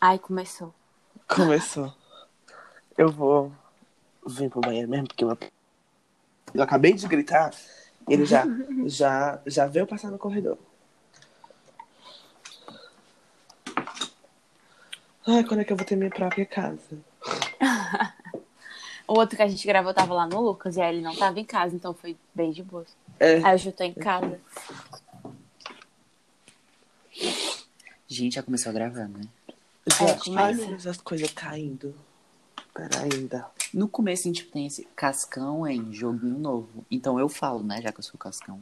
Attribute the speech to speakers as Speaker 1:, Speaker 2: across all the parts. Speaker 1: Ai, começou.
Speaker 2: Começou. Eu vou vir pro banheiro mesmo, porque eu, eu acabei de gritar. Ele já, já, já veio passar no corredor. Ai, quando é que eu vou ter minha própria casa?
Speaker 1: O outro que a gente gravou tava lá no Lucas e aí ele não tava em casa, então foi bem de boa.
Speaker 2: É.
Speaker 1: Aí hoje eu tô em casa.
Speaker 3: Gente, já começou a gravar, né?
Speaker 2: Gente,
Speaker 1: começa.
Speaker 2: ai, meninas, as coisas caindo. Pera ainda.
Speaker 3: No começo, a gente tem esse cascão em joguinho novo. Então eu falo, né? Já que eu sou cascão,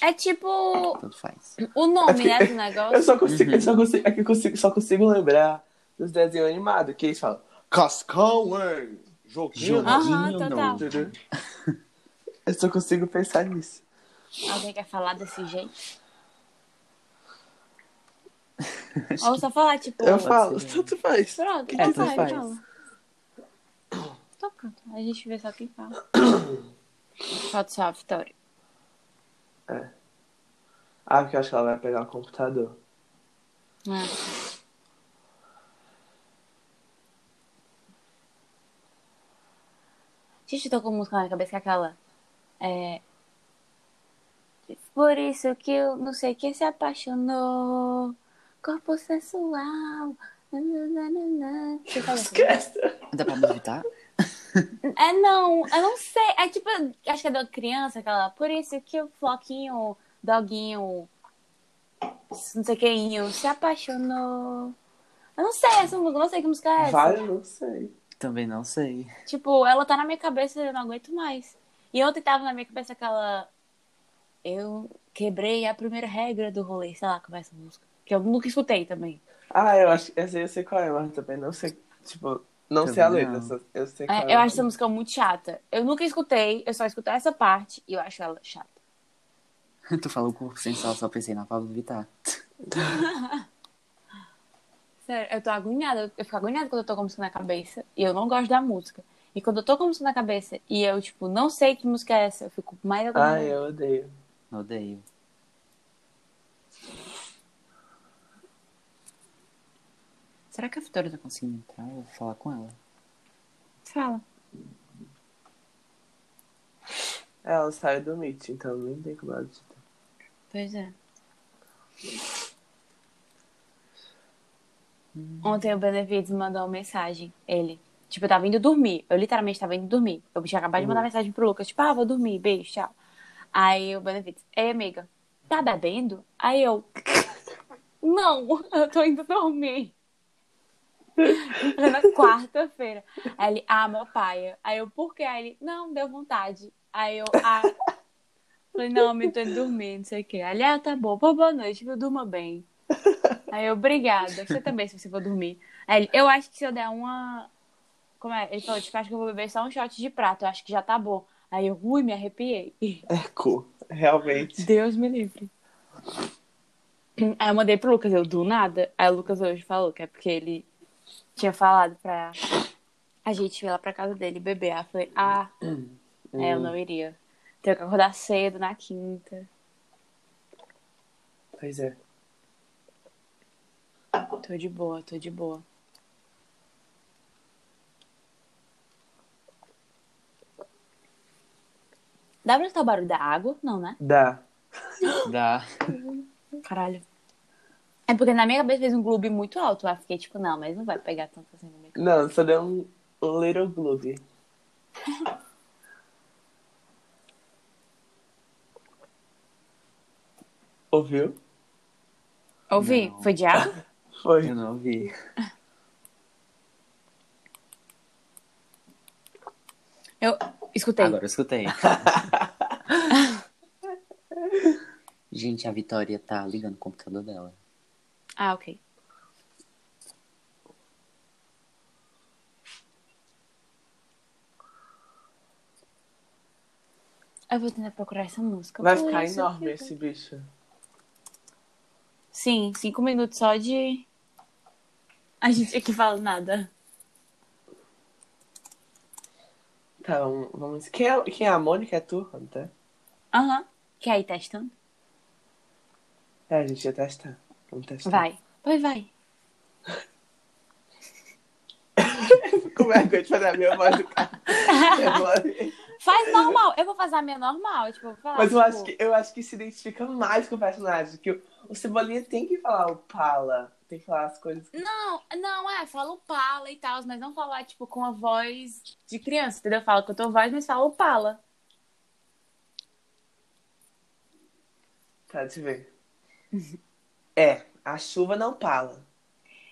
Speaker 1: É tipo
Speaker 3: tanto faz.
Speaker 1: o nome, né, do
Speaker 2: Eu
Speaker 1: negócio.
Speaker 2: só consigo, eu só consigo, é que eu consigo, só consigo lembrar dos desenhos animados, que eles falam Cascão, hein? Joguinho.
Speaker 3: Joguinho
Speaker 2: né?"
Speaker 1: Aham, total.
Speaker 3: novo.
Speaker 2: Entendeu? Eu só consigo pensar nisso.
Speaker 1: Alguém quer falar desse jeito? Ou só falar, tipo.
Speaker 2: Eu falo,
Speaker 3: ser.
Speaker 2: tanto faz.
Speaker 1: Pronto,
Speaker 2: É,
Speaker 1: então
Speaker 2: tanto
Speaker 1: vai,
Speaker 2: faz.
Speaker 1: fala. Então pronto. A gente vê só quem fala. tá. Falta só a Vitória.
Speaker 2: Ah, porque eu acho que ela vai pegar o computador.
Speaker 1: É. Gente, eu tô com música na cabeça que é aquela. É. Por isso que eu não sei quem se apaixonou. Corpo sensual. nananana. Você sabe essa?
Speaker 2: Esquece.
Speaker 3: Dá pra me evitar?
Speaker 1: É não, eu não sei. É tipo, acho que é da criança, aquela. Por isso que o Floquinho, Doguinho, não sei quem, se apaixonou. Eu não sei essa música, eu não sei que música é essa.
Speaker 2: Vai, eu não sei.
Speaker 3: Também não sei.
Speaker 1: Tipo, ela tá na minha cabeça e eu não aguento mais. E ontem tava na minha cabeça aquela. Eu quebrei a primeira regra do rolê, sei lá como é essa música. Que eu nunca escutei também.
Speaker 2: Ah, eu acho que essa aí eu sei qual é, mas também não sei. Tipo, não
Speaker 3: Também
Speaker 2: sei a letra.
Speaker 3: não.
Speaker 2: só- Eu sei qual
Speaker 1: É,
Speaker 2: é.
Speaker 1: eu acho essa música muito chata. Eu nunca escutei, eu só escutei essa parte e eu acho ela chata.
Speaker 3: Tu falou corpo sensual, só pensei na Pablo Vittar.
Speaker 1: Sério, eu tô agoniada. Eu fico agoniada quando eu tô com música na cabeça. E eu não gosto da música. E quando eu tô com música na cabeça e eu, tipo, não sei que música é essa, eu fico mais agoniada.
Speaker 2: Ai, Ah, eu odeio.
Speaker 3: Odeio. Será que a Vitória tá conseguindo entrar? Eu vou falar com ela.
Speaker 1: Fala.
Speaker 2: É, Ela saiu do Meet, então nem tem como ela digitar.
Speaker 1: Pois é. Ontem o Benevides mandou uma mensagem. Ele. Tipo, eu tava indo dormir. Eu literalmente tava indo dormir. Eu tinha acabado de mandar mensagem pro Lucas. Tipo, ah, vou dormir. Beijo, tchau. Aí o Benevides. Ei, amiga. Tá bebendo? Aí eu. Não, eu tô indo dormir. Era na quarta-feira. Aí ele, ah, meu pai. Aí eu, por quê? Aí ele, não, deu vontade. Aí eu, ah. Falei, não, me tô indo dormir, não sei o quê. Aí ele, ah, tá bom, pô, boa noite, viu? Durma bem. Aí eu, obrigada. Você também, se você for dormir. Aí ele, eu acho que se eu der uma. Como é? Ele falou, tipo, acho que eu vou beber só um shot de prato, eu acho que já tá bom. Aí eu, ui, me arrepiei.
Speaker 2: É cool, realmente.
Speaker 1: Deus me livre. Aí eu mandei pro Lucas, eu do nada. Aí o Lucas hoje falou que é porque ele tinha falado pra a gente ir lá pra casa dele beber. Aí eu falei, ah, é, eu não iria. Tenho que acordar cedo na quinta.
Speaker 2: Pois é.
Speaker 1: Tô de boa, tô de boa. Dá pra escutar o barulho da água? Não, né?
Speaker 2: Dá.
Speaker 3: Dá.
Speaker 1: Caralho. É porque na minha cabeça fez um globo muito alto. Aí eu fiquei tipo, não, mas não vai pegar tanto assim no microfone.
Speaker 2: Não, só deu um um little gloob. Ouviu?
Speaker 1: Ouvi?
Speaker 3: Não.
Speaker 1: Foi de água?
Speaker 2: Foi.
Speaker 3: Eu não ouvi.
Speaker 1: Eu escutei.
Speaker 3: Agora eu escutei. Gente, a Vitória tá ligando o computador dela.
Speaker 1: Ah, ok. Eu vou tentar procurar essa música.
Speaker 2: Vai
Speaker 1: Por
Speaker 2: ficar
Speaker 1: isso
Speaker 2: enorme
Speaker 1: que-
Speaker 2: esse bicho.
Speaker 1: Sim, cinco minutos só de. A gente aqui fala nada.
Speaker 2: Tá, vamos- vamos. Quem é, quem é a Mônica? É tu, tá?
Speaker 1: Aham. Quer ir testando?
Speaker 2: É, a gente ia testar. Vamos testar.
Speaker 1: Vai. Vai, vai.
Speaker 2: Como é que eu te falei a minha voz do cara? É mole.
Speaker 1: Faz normal. Eu vou fazer a minha normal. Tipo, vou falar,
Speaker 2: Mas eu
Speaker 1: tipo,
Speaker 2: acho, que, eu acho que se identifica mais com o personagem. Que o, o Cebolinha tem que falar o Pala. Tem que falar as coisas.
Speaker 1: Não, não, é, falo pala e tal, mas não falar, tipo, com a voz de criança, entendeu? Eu falo com a tua voz, mas falo pala.
Speaker 2: Tá, deixa eu ver. É, a chuva não pala.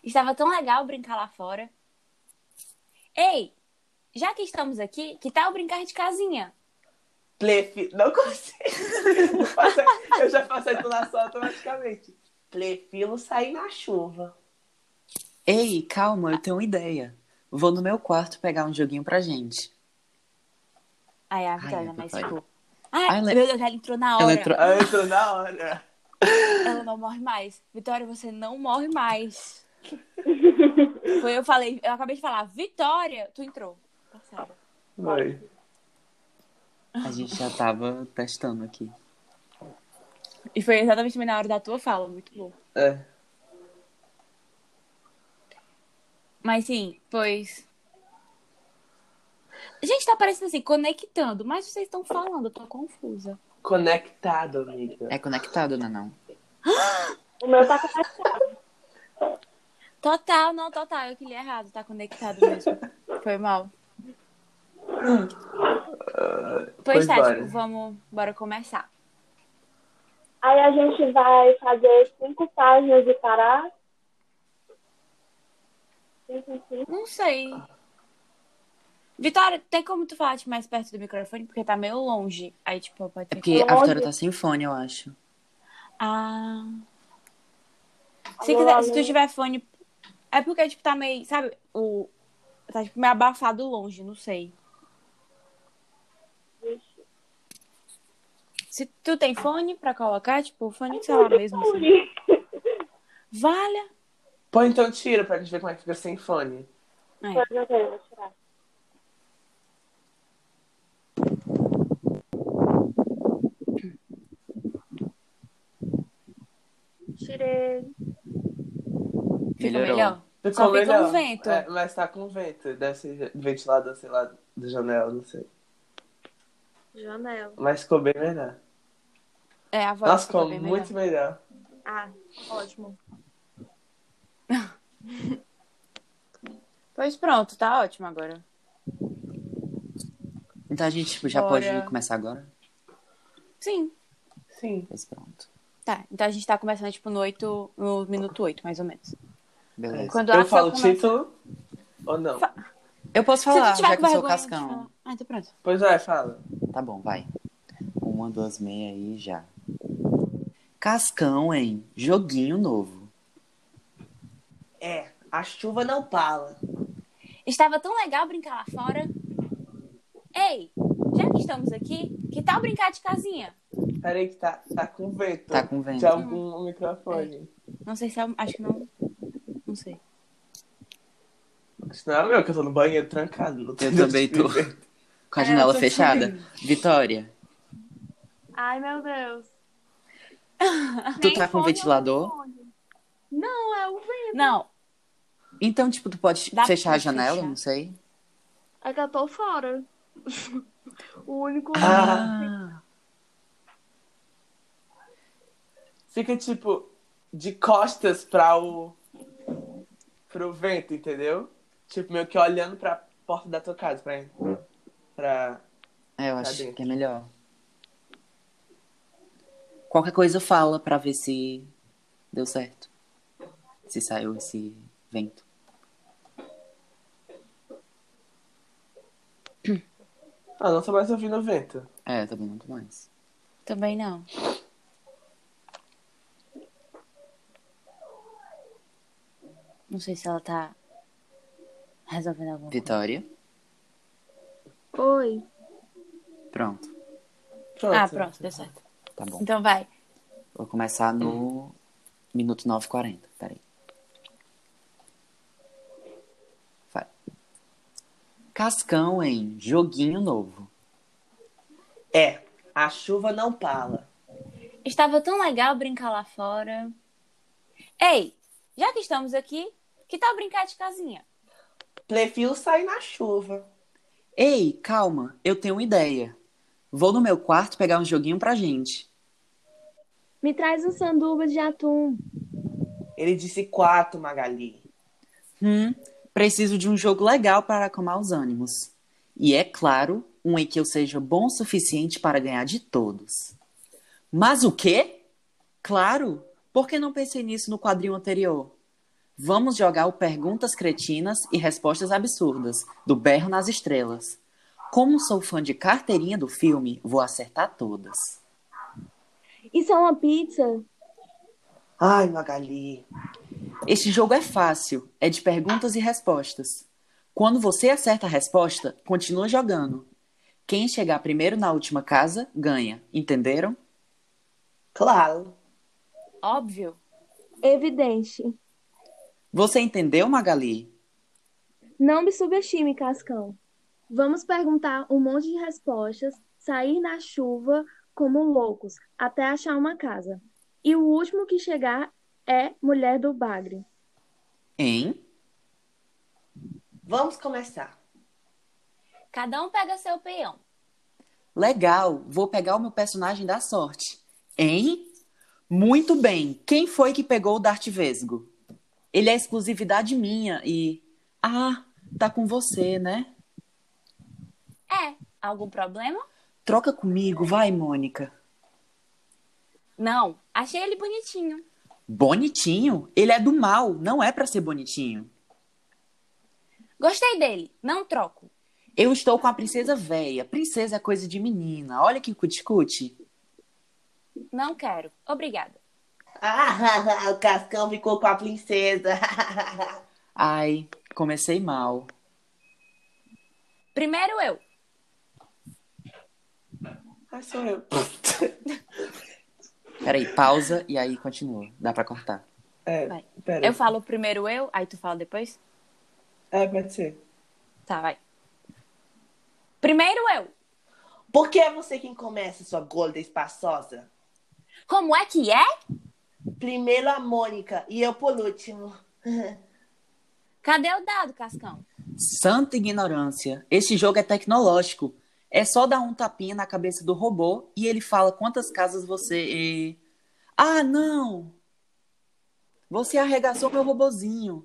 Speaker 1: Estava tão legal brincar lá fora. Ei, já que estamos aqui, que tal brincar de casinha?
Speaker 2: Plefe, não consigo. Não faço- eu já faço a entonação automaticamente. Prefiro sair na chuva.
Speaker 3: Ei, calma, eu tenho uma ideia. Vou no meu quarto pegar um joguinho pra gente.
Speaker 1: Ai, a Vitória,
Speaker 3: Ai,
Speaker 1: mas
Speaker 3: papai.
Speaker 1: tipo. Ai,
Speaker 3: Ai, le-
Speaker 1: meu Deus, ela entrou na hora.
Speaker 3: Ela
Speaker 1: Ela,
Speaker 3: entrou-
Speaker 2: Aí Ah, eu entro na hora.
Speaker 1: não morre mais. Vitória, você não morre mais. Foi eu falei, eu acabei de falar, Vitória, tu entrou. Tá certo.
Speaker 2: Vai.
Speaker 3: A gente já tava testando aqui.
Speaker 1: E foi exatamente também na hora da tua fala, muito bom.
Speaker 2: É.
Speaker 1: Mas sim, pois. Gente, tá parecendo assim, conectando, mas vocês estão falando, eu tô confusa.
Speaker 2: Conectado, amiga.
Speaker 3: É conectado, não é não?
Speaker 4: O meu tá conectado.
Speaker 1: Total, não, total, eu que li errado, tá conectado mesmo. Foi mal. Pois
Speaker 2: pois
Speaker 1: tá,
Speaker 2: bora.
Speaker 1: tipo, vamos, bora começar.
Speaker 4: Aí a gente vai fazer cinco páginas de Pará. Cinco, cinco.
Speaker 1: Não sei. Vitória, tem como tu falar tipo, mais perto do microfone? Porque tá meio longe. Aí, tipo, pode
Speaker 3: É
Speaker 1: ter
Speaker 3: porque a Vitória tá sem fone, eu acho.
Speaker 1: Ah. Se, quiser- se tu tiver fone. É porque, tipo, tá meio. Sabe, o. Tá tipo, meio abafado longe, não sei. Se tu tem fone pra colocar, tipo, fone, sei lá mesmo. Assim. Valha!
Speaker 2: Põe então tira pra gente ver como é que fica sem fone.
Speaker 1: É.
Speaker 4: Mas não sei, eu vou tirar. Tirei.
Speaker 1: Fica
Speaker 3: Melhorou.
Speaker 1: melhor. Só fica um vento.
Speaker 2: É, mas tá com vento. Deve ser ventilador, sei lá, da janela, não sei.
Speaker 4: Janela.
Speaker 2: Mas ficou bem melhor.
Speaker 1: É, a voz
Speaker 2: Nossa,
Speaker 1: ficou
Speaker 2: ficou
Speaker 1: bem melhor.
Speaker 2: muito melhor.
Speaker 4: Ah, ótimo.
Speaker 1: Pois pronto, tá ótimo agora.
Speaker 3: Então a gente tipo, já
Speaker 1: Bora.
Speaker 3: pode começar agora?
Speaker 1: Sim.
Speaker 2: Sim.
Speaker 3: Pois pronto.
Speaker 1: Tá. Então a gente tá começando, tipo, no, oito no minuto 8, mais ou menos.
Speaker 3: Beleza.
Speaker 1: É. Quando a
Speaker 2: eu
Speaker 1: Rafa
Speaker 2: falo o
Speaker 1: começa-
Speaker 2: título ou não?
Speaker 1: Fa-
Speaker 3: Eu posso falar, já que eu sou o
Speaker 1: de
Speaker 3: Cascão.
Speaker 1: falar- Ah, então pronto.
Speaker 2: Pois é, fala.
Speaker 3: Tá bom, vai. Uma, duas, meia aí já. Cascão, hein? Joguinho novo.
Speaker 2: É, a chuva não pala.
Speaker 1: Estava tão legal brincar lá fora. Ei, já que estamos aqui, que tal brincar de casinha?
Speaker 2: Peraí que tá, tá com vento.
Speaker 3: Tá com vento.
Speaker 2: De algum microfone.
Speaker 1: Não sei se é. Acho que não. Não sei.
Speaker 2: Isso não é meu, que eu tô no banheiro trancado. Não tem
Speaker 3: Eu também tô. Com a janela fechada. Vitória,
Speaker 4: Ai, meu Deus.
Speaker 3: tu tá com ventilador?
Speaker 4: Não, é o vento.
Speaker 1: Não,
Speaker 3: Então, tipo, tu pode
Speaker 1: Dá
Speaker 3: fechar
Speaker 1: pra
Speaker 3: a janela,
Speaker 1: fechar.
Speaker 3: não sei.
Speaker 4: É que eu tô fora. o único.
Speaker 3: Ah,
Speaker 2: Fica tipo de costas pra o. pro vento, entendeu? Tipo, meio que olhando pra porta da tua casa, pra. pra...
Speaker 3: é, eu acho
Speaker 2: Cadê?
Speaker 3: que é melhor. Qualquer coisa fala pra ver se deu certo. Se saiu esse vento.
Speaker 2: Ah, não tô mais ouvindo o vento.
Speaker 3: É, eu também não tô mais.
Speaker 1: também não. Não sei se ela tá resolvendo alguma coisa.
Speaker 3: Vitória,
Speaker 4: Oi.
Speaker 3: pronto.
Speaker 2: Pronto.
Speaker 1: Ah, pronto, deu certo.
Speaker 3: Tá bom.
Speaker 1: Então vai.
Speaker 3: Vou começar no minuto 9h40. Peraí. Vai. Cascão, hein? Joguinho novo.
Speaker 2: É, a chuva não pala.
Speaker 1: Estava tão legal brincar lá fora. Ei, já que estamos aqui, que tal brincar de casinha?
Speaker 2: Prefiro sair na chuva.
Speaker 3: Ei, calma, eu tenho uma ideia. Vou no meu quarto pegar um joguinho pra gente.
Speaker 5: Me traz um sanduba de atum.
Speaker 2: Ele disse quatro, Magali.
Speaker 3: Hum, preciso de um jogo legal para acalmar os ânimos. E é claro, um em que eu seja bom o suficiente para ganhar de todos. Mas o quê? Claro, por que não pensei nisso no quadrinho anterior? Vamos jogar o Perguntas Cretinas e Respostas Absurdas, do Berro nas Estrelas. Como sou fã de carteirinha do filme, vou acertar todas.
Speaker 5: Isso é uma pizza?
Speaker 2: Ai, Magali.
Speaker 3: Este jogo é fácil, é de perguntas e respostas. Quando você acerta a resposta, continua jogando. Quem chegar primeiro na última casa, ganha. Entenderam?
Speaker 2: Claro.
Speaker 1: Óbvio.
Speaker 5: Evidente.
Speaker 3: Você entendeu, Magali?
Speaker 5: Não me subestime, Cascão. Vamos perguntar um monte de respostas, sair na chuva como loucos, até achar uma casa. E o último que chegar é Mulher do Bagre.
Speaker 3: Hein?
Speaker 2: Vamos começar.
Speaker 1: Cada um pega seu peão.
Speaker 3: Legal, vou pegar o meu personagem da sorte. Hein? Muito bem, quem foi que pegou o Dart Vesgo? Ele é exclusividade minha e. Ah, tá com você, né?
Speaker 1: É, algum problema?
Speaker 3: Troca comigo, vai, Mônica.
Speaker 1: Não, achei ele bonitinho.
Speaker 3: Bonitinho? Ele é do mal, não é pra ser bonitinho.
Speaker 1: Gostei dele, não troco.
Speaker 3: Eu estou com a princesa véia. Princesa é coisa de menina. Olha que cuticute.
Speaker 1: Não quero. Obrigada.
Speaker 2: Ah, o Cascão ficou com a princesa.
Speaker 3: Ai, comecei mal.
Speaker 1: Primeiro eu.
Speaker 2: ah, sou eu.
Speaker 3: Peraí, pausa e aí continua. Dá pra cortar.
Speaker 2: É,
Speaker 1: Vai.
Speaker 2: pera.
Speaker 1: Eu falo primeiro eu, aí tu fala depois?
Speaker 2: É, pode ser.
Speaker 1: Tá, vai. Primeiro eu.
Speaker 2: Por que é você quem começa, sua gorda espaçosa?
Speaker 1: Como é que é?
Speaker 2: Primeiro a Mônica e eu por último.
Speaker 1: Cadê o dado, Cascão?
Speaker 3: Santa ignorância. Este jogo é tecnológico. É só dar um tapinha na cabeça do robô e ele fala quantas casas você. e- Ah, não! Você arregaçou meu robozinho.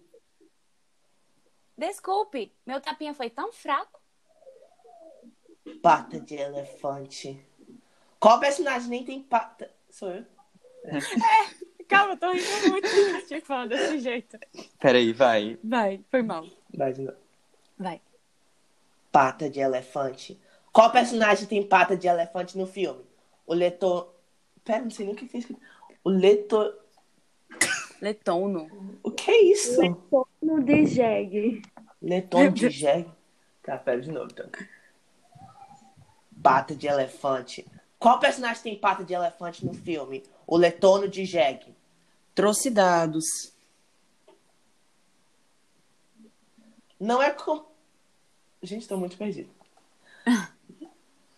Speaker 1: Desculpe, meu tapinha foi tão fraco.
Speaker 2: Pata de elefante. Qual personagem nem tem pata? Sou eu?
Speaker 1: Calma, eu tô rindo muito. Tinha que falar desse jeito.
Speaker 3: Peraí, vai.
Speaker 1: Vai, foi mal.
Speaker 2: Vai de novo.
Speaker 1: Vai.
Speaker 2: Pata de elefante. Qual personagem tem pata de elefante no filme? O letor. Pera, não sei nem o que tem escrito. O letor.
Speaker 1: Letono.
Speaker 2: O que é isso?
Speaker 5: No de jegue.
Speaker 2: Leton de jegue. Tá, pera de novo então. Pata de elefante. Qual personagem tem pata de elefante no filme? O Letono de jegue.
Speaker 3: Trouxe dados.
Speaker 2: Não é com. Gente, tô muito perdido.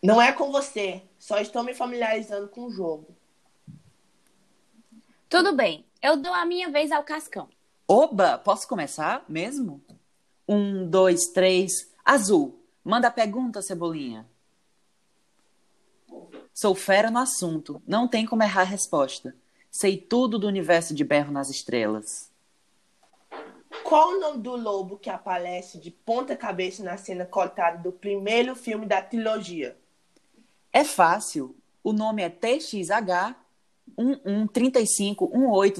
Speaker 2: Não é com você. Só estou me familiarizando com o jogo.
Speaker 1: Tudo bem, eu dou a minha vez ao Cascão.
Speaker 3: Oba, posso começar mesmo? Um, dois, três. Azul, manda a pergunta, Cebolinha. Sou fera no assunto, não tem como errar a resposta. Sei tudo do universo de Berro nas Estrelas.
Speaker 2: Qual o nome do lobo que aparece de ponta cabeça na cena cortada do primeiro filme da trilogia?
Speaker 3: É fácil, o nome é TXH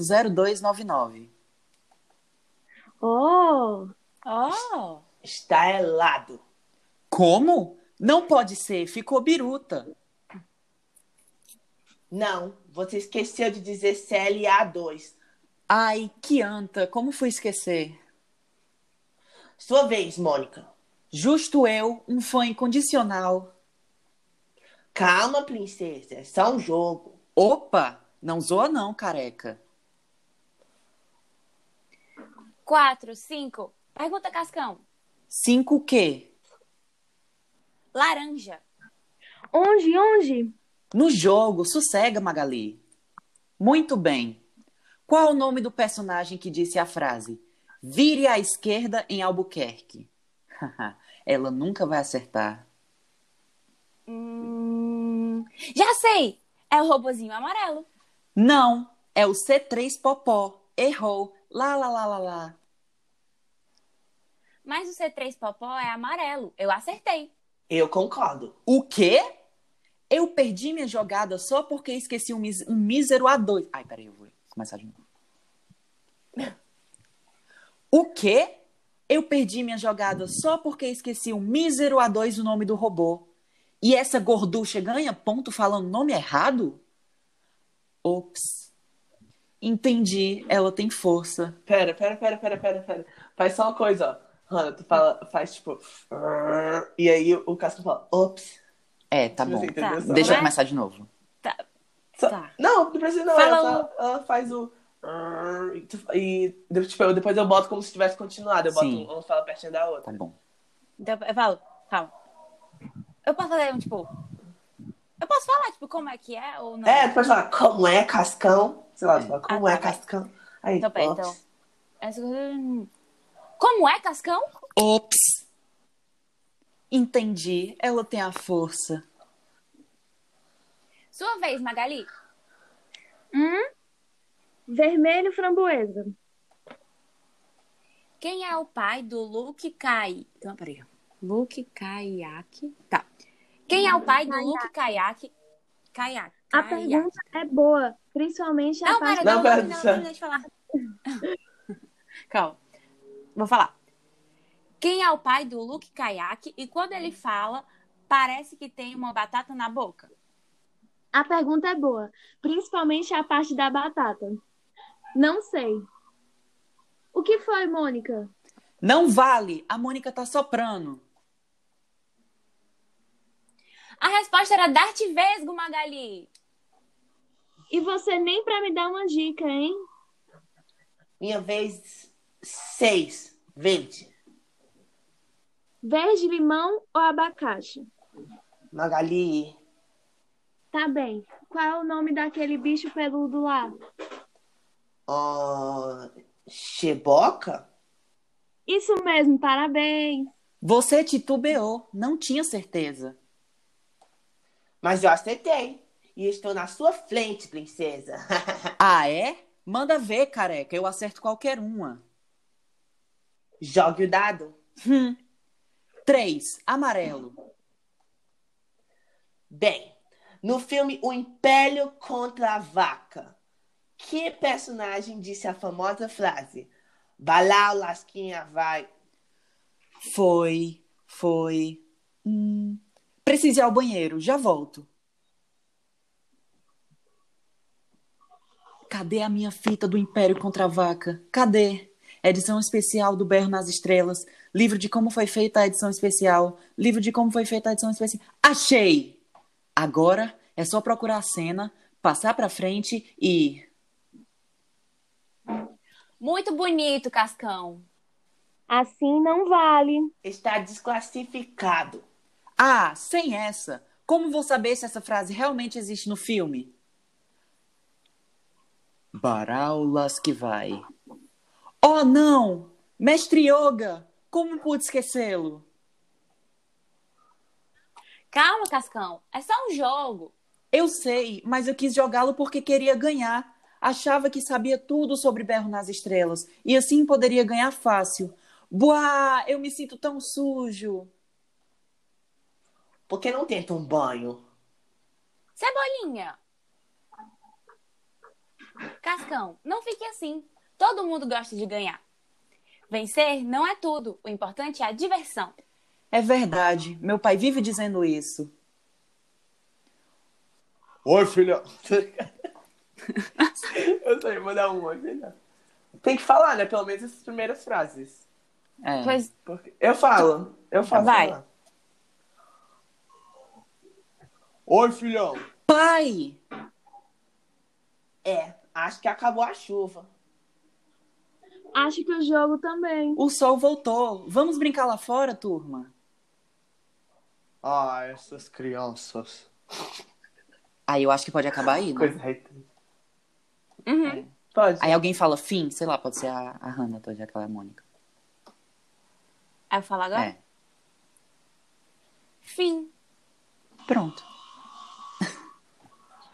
Speaker 3: 1135180299.
Speaker 5: Oh!
Speaker 1: Oh,
Speaker 2: Está helado.
Speaker 3: Como? Não pode ser, ficou biruta.
Speaker 2: Não, você esqueceu de dizer CLA2.
Speaker 3: Ai, que anta, como fui esquecer?
Speaker 2: Sua vez, Mônica.
Speaker 3: Justo eu, um fã incondicional.
Speaker 2: Calma, princesa. É só um jogo.
Speaker 3: Opa, não zoa não, careca.
Speaker 1: quatro, cinco. Pergunta, Cascão.
Speaker 3: 5 quê?
Speaker 1: Laranja.
Speaker 5: Onde, onde?
Speaker 3: No jogo, sossega, Magali. Muito bem. Qual o nome do personagem que disse a frase? Vire à esquerda em Albuquerque. Ela nunca vai acertar.
Speaker 1: Hum, já sei! É o robozinho amarelo.
Speaker 3: Não, é o C3 Popó. Errou. Lá, lá, lá, lá, lá.
Speaker 1: Mas o C3 Popó é amarelo. Eu acertei.
Speaker 2: Eu concordo.
Speaker 3: O quê? Eu perdi minha jogada só porque esqueci um, mis um mísero A2. Ai, peraí, eu vou começar de novo. O quê? Eu perdi minha jogada só porque esqueci um mísero A2 o nome do robô. E essa gorducha ganha ponto falando nome errado? Ops. Entendi, ela tem força.
Speaker 2: Pera, pera, pera, pera, pera, pera. Faz só uma coisa, ó. Hanna, tu fala, faz tipo. E aí o Casco fala, ops.
Speaker 3: É, tá bom.
Speaker 2: Você entendeu?
Speaker 1: Tá.
Speaker 2: Só-
Speaker 3: Deixa eu
Speaker 1: Não é?
Speaker 3: começar de novo.
Speaker 2: Só-
Speaker 1: Tá.
Speaker 2: Não, não precisa não.
Speaker 1: Fala um-
Speaker 2: Ela, só- ela faz o. E, tu- e de- tipo, eu- depois eu boto como se tivesse continuado. Eu boto
Speaker 3: Sim.
Speaker 2: um, um fala pertinho da
Speaker 3: Tá
Speaker 2: outra.
Speaker 3: bom.
Speaker 1: Então, eu falo, calma. Eu posso fazer um tipo. Eu posso falar, tipo, como é que é ou não?
Speaker 2: É, tu pode falar, como é, Cascão? Sei lá, tu fala, como
Speaker 1: Ah, tá, vai.
Speaker 2: é, Cascão? Aí,
Speaker 1: Então, pera,
Speaker 2: ops.
Speaker 1: então. Essa coisa- Como é, Cascão?
Speaker 3: Ops. Entendi, ela tem a força.
Speaker 1: Sua vez, Magali.
Speaker 5: Vermelho framboesa.
Speaker 1: Quem é o pai do Luke Kai? Não, peraí. Luke Kayak. Tá. Quem é o pai do Luke Kayak? Kayak.
Speaker 5: A
Speaker 1: Kayak.
Speaker 5: pergunta é boa, principalmente a
Speaker 1: Não,
Speaker 5: parte
Speaker 1: pera,
Speaker 2: Não,
Speaker 1: não,
Speaker 2: pera,
Speaker 1: não, não,
Speaker 2: só-
Speaker 1: não, deixa eu falar. Calma. Vou falar. Quem é o pai do Luke Kayak e quando ele fala, parece que tem uma batata na boca?
Speaker 5: A pergunta é boa, principalmente a parte da batata. Não sei. O que foi, Mônica?
Speaker 3: Não vale, a Mônica tá soprando.
Speaker 1: A resposta era Darth Vesgo, Magali.
Speaker 5: E você nem pra me dar uma dica, hein?
Speaker 2: Minha vez, seis, vinte.
Speaker 5: Verde, limão ou abacate?
Speaker 2: Magali.
Speaker 5: Tá bem. Qual é o nome daquele bicho peludo lá?
Speaker 2: ó, Cheboca?
Speaker 5: Isso mesmo, parabéns.
Speaker 3: Você titubeou, não tinha certeza.
Speaker 2: Mas eu acertei. E estou na sua frente, princesa.
Speaker 3: Ah, é? Manda ver, careca, eu acerto qualquer uma.
Speaker 2: Jogue o dado.
Speaker 3: Três, amarelo.
Speaker 2: Bem, no filme O Império contra a Vaca, que personagem disse a famosa frase? Vai lá, o Lasquinha, vai.
Speaker 3: Foi, foi. Hum. Preciso ir ao banheiro, já volto. Cadê a minha fita do Império contra a Vaca? Cadê? Edição especial do Berro nas Estrelas. Livro de como foi feita a edição especial. Livro de como foi feita a edição especial. Achei! Agora é só procurar a cena, passar pra frente e.
Speaker 1: Muito bonito, Cascão.
Speaker 5: Assim não vale.
Speaker 2: Está desclassificado.
Speaker 3: Ah, sem essa! Como vou saber se essa frase realmente existe no filme? Baraulas que vai. Oh, não! Mestre Yoga! Como pude esquecê-lo?
Speaker 1: Calma, Cascão. É só um jogo.
Speaker 3: Eu sei, mas eu quis jogá-lo porque queria ganhar. Achava que sabia tudo sobre Berro nas Estrelas e assim poderia ganhar fácil. Buá, eu me sinto tão sujo.
Speaker 2: Por que não tenta um banho?
Speaker 1: é Cebolinha. Cascão, não fique assim. Todo mundo gosta de ganhar. Vencer não é tudo. O importante é a diversão.
Speaker 3: É verdade, meu pai vive dizendo isso.
Speaker 2: Oi, filha. Eu sei, vou dar um oi, filha. Tem que falar, né? Pelo menos essas primeiras frases.
Speaker 3: É.
Speaker 1: Pois
Speaker 2: Porque- Eu falo. Eu falo.
Speaker 1: Vai.
Speaker 2: sei lá. Oi, filhão.
Speaker 3: Pai!
Speaker 2: É, acho que acabou a chuva.
Speaker 5: Acho que o jogo também.
Speaker 3: O sol voltou. Vamos brincar lá fora, turma?
Speaker 2: Ah, essas crianças.
Speaker 3: Aí eu acho que pode acabar aí, né?
Speaker 2: Coisa aí.
Speaker 1: Uhum.
Speaker 2: Pode.
Speaker 3: Aí alguém fala fim, sei lá, pode ser a, a Hannah, tô já que ela é a Mônica.
Speaker 1: Aí eu falo agora?
Speaker 3: É,
Speaker 1: Fim.
Speaker 3: pronto.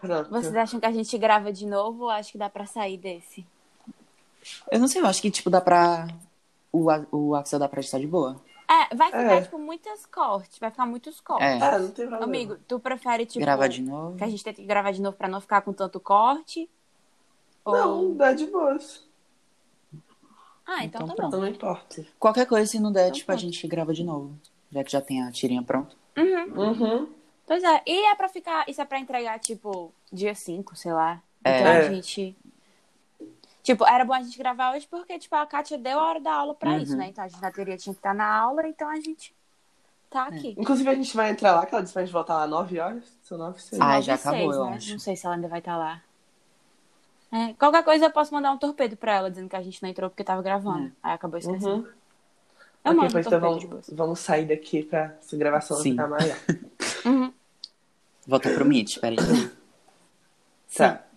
Speaker 2: Pronto.
Speaker 1: Vocês
Speaker 3: Então
Speaker 1: acham que a gente grava de novo ou acho que dá pra sair desse?
Speaker 3: Eu não sei, eu acho que, tipo, dá pra... O, a- o Axel dá pra editar de boa.
Speaker 1: É, vai ficar,
Speaker 2: É.
Speaker 1: tipo, muitas cortes. Vai ficar muitos cortes.
Speaker 3: É,
Speaker 2: Ah, não tem problema.
Speaker 1: Amigo, tu prefere, tipo,
Speaker 3: gravar de novo.
Speaker 1: que a gente tenta gravar de novo pra não ficar com tanto corte?
Speaker 2: Não,
Speaker 1: Ou...
Speaker 2: dá de boas.
Speaker 1: Ah, então,
Speaker 3: Então
Speaker 1: tá bom.
Speaker 2: Não importa.
Speaker 3: Qualquer coisa, se não der,
Speaker 1: Então
Speaker 3: tipo, a
Speaker 1: pronto.
Speaker 3: gente grava de novo. Já que já tem a tirinha pronta.
Speaker 1: Uhum.
Speaker 2: Uhum.
Speaker 1: Pois é, e é pra ficar. Isso é pra entregar, tipo, dia 5, sei lá.
Speaker 3: É.
Speaker 1: Então a
Speaker 2: É.
Speaker 1: gente. Tipo, era bom a gente gravar hoje porque, tipo, a Kátia deu a hora da aula pra
Speaker 3: Uhum.
Speaker 1: isso, né? Então a gente, na teoria, tinha que estar na aula, então a gente tá
Speaker 3: É.
Speaker 1: aqui.
Speaker 2: Inclusive, a gente vai entrar lá, que ela disse pra gente voltar lá 9 horas. São 9 seis.
Speaker 3: Ah,
Speaker 1: Nove
Speaker 3: já
Speaker 1: e seis,
Speaker 3: acabou, eu
Speaker 1: né?
Speaker 3: acho.
Speaker 1: Não sei se ela ainda vai estar lá. É, qualquer coisa eu posso mandar um torpedo pra ela, dizendo que a gente não entrou porque tava gravando.
Speaker 3: É.
Speaker 1: Aí acabou esquecendo.
Speaker 2: Uhum.
Speaker 1: Eu
Speaker 2: Ok,
Speaker 1: mando um
Speaker 2: pois
Speaker 3: tá
Speaker 1: torpedo
Speaker 2: então
Speaker 1: de boas.
Speaker 2: vamos, vamos sair daqui pra essa gravação Tá.
Speaker 3: Sim.
Speaker 2: ficar maior.
Speaker 1: Uhum.
Speaker 3: Volta pro Meet, peraí.
Speaker 2: Tá.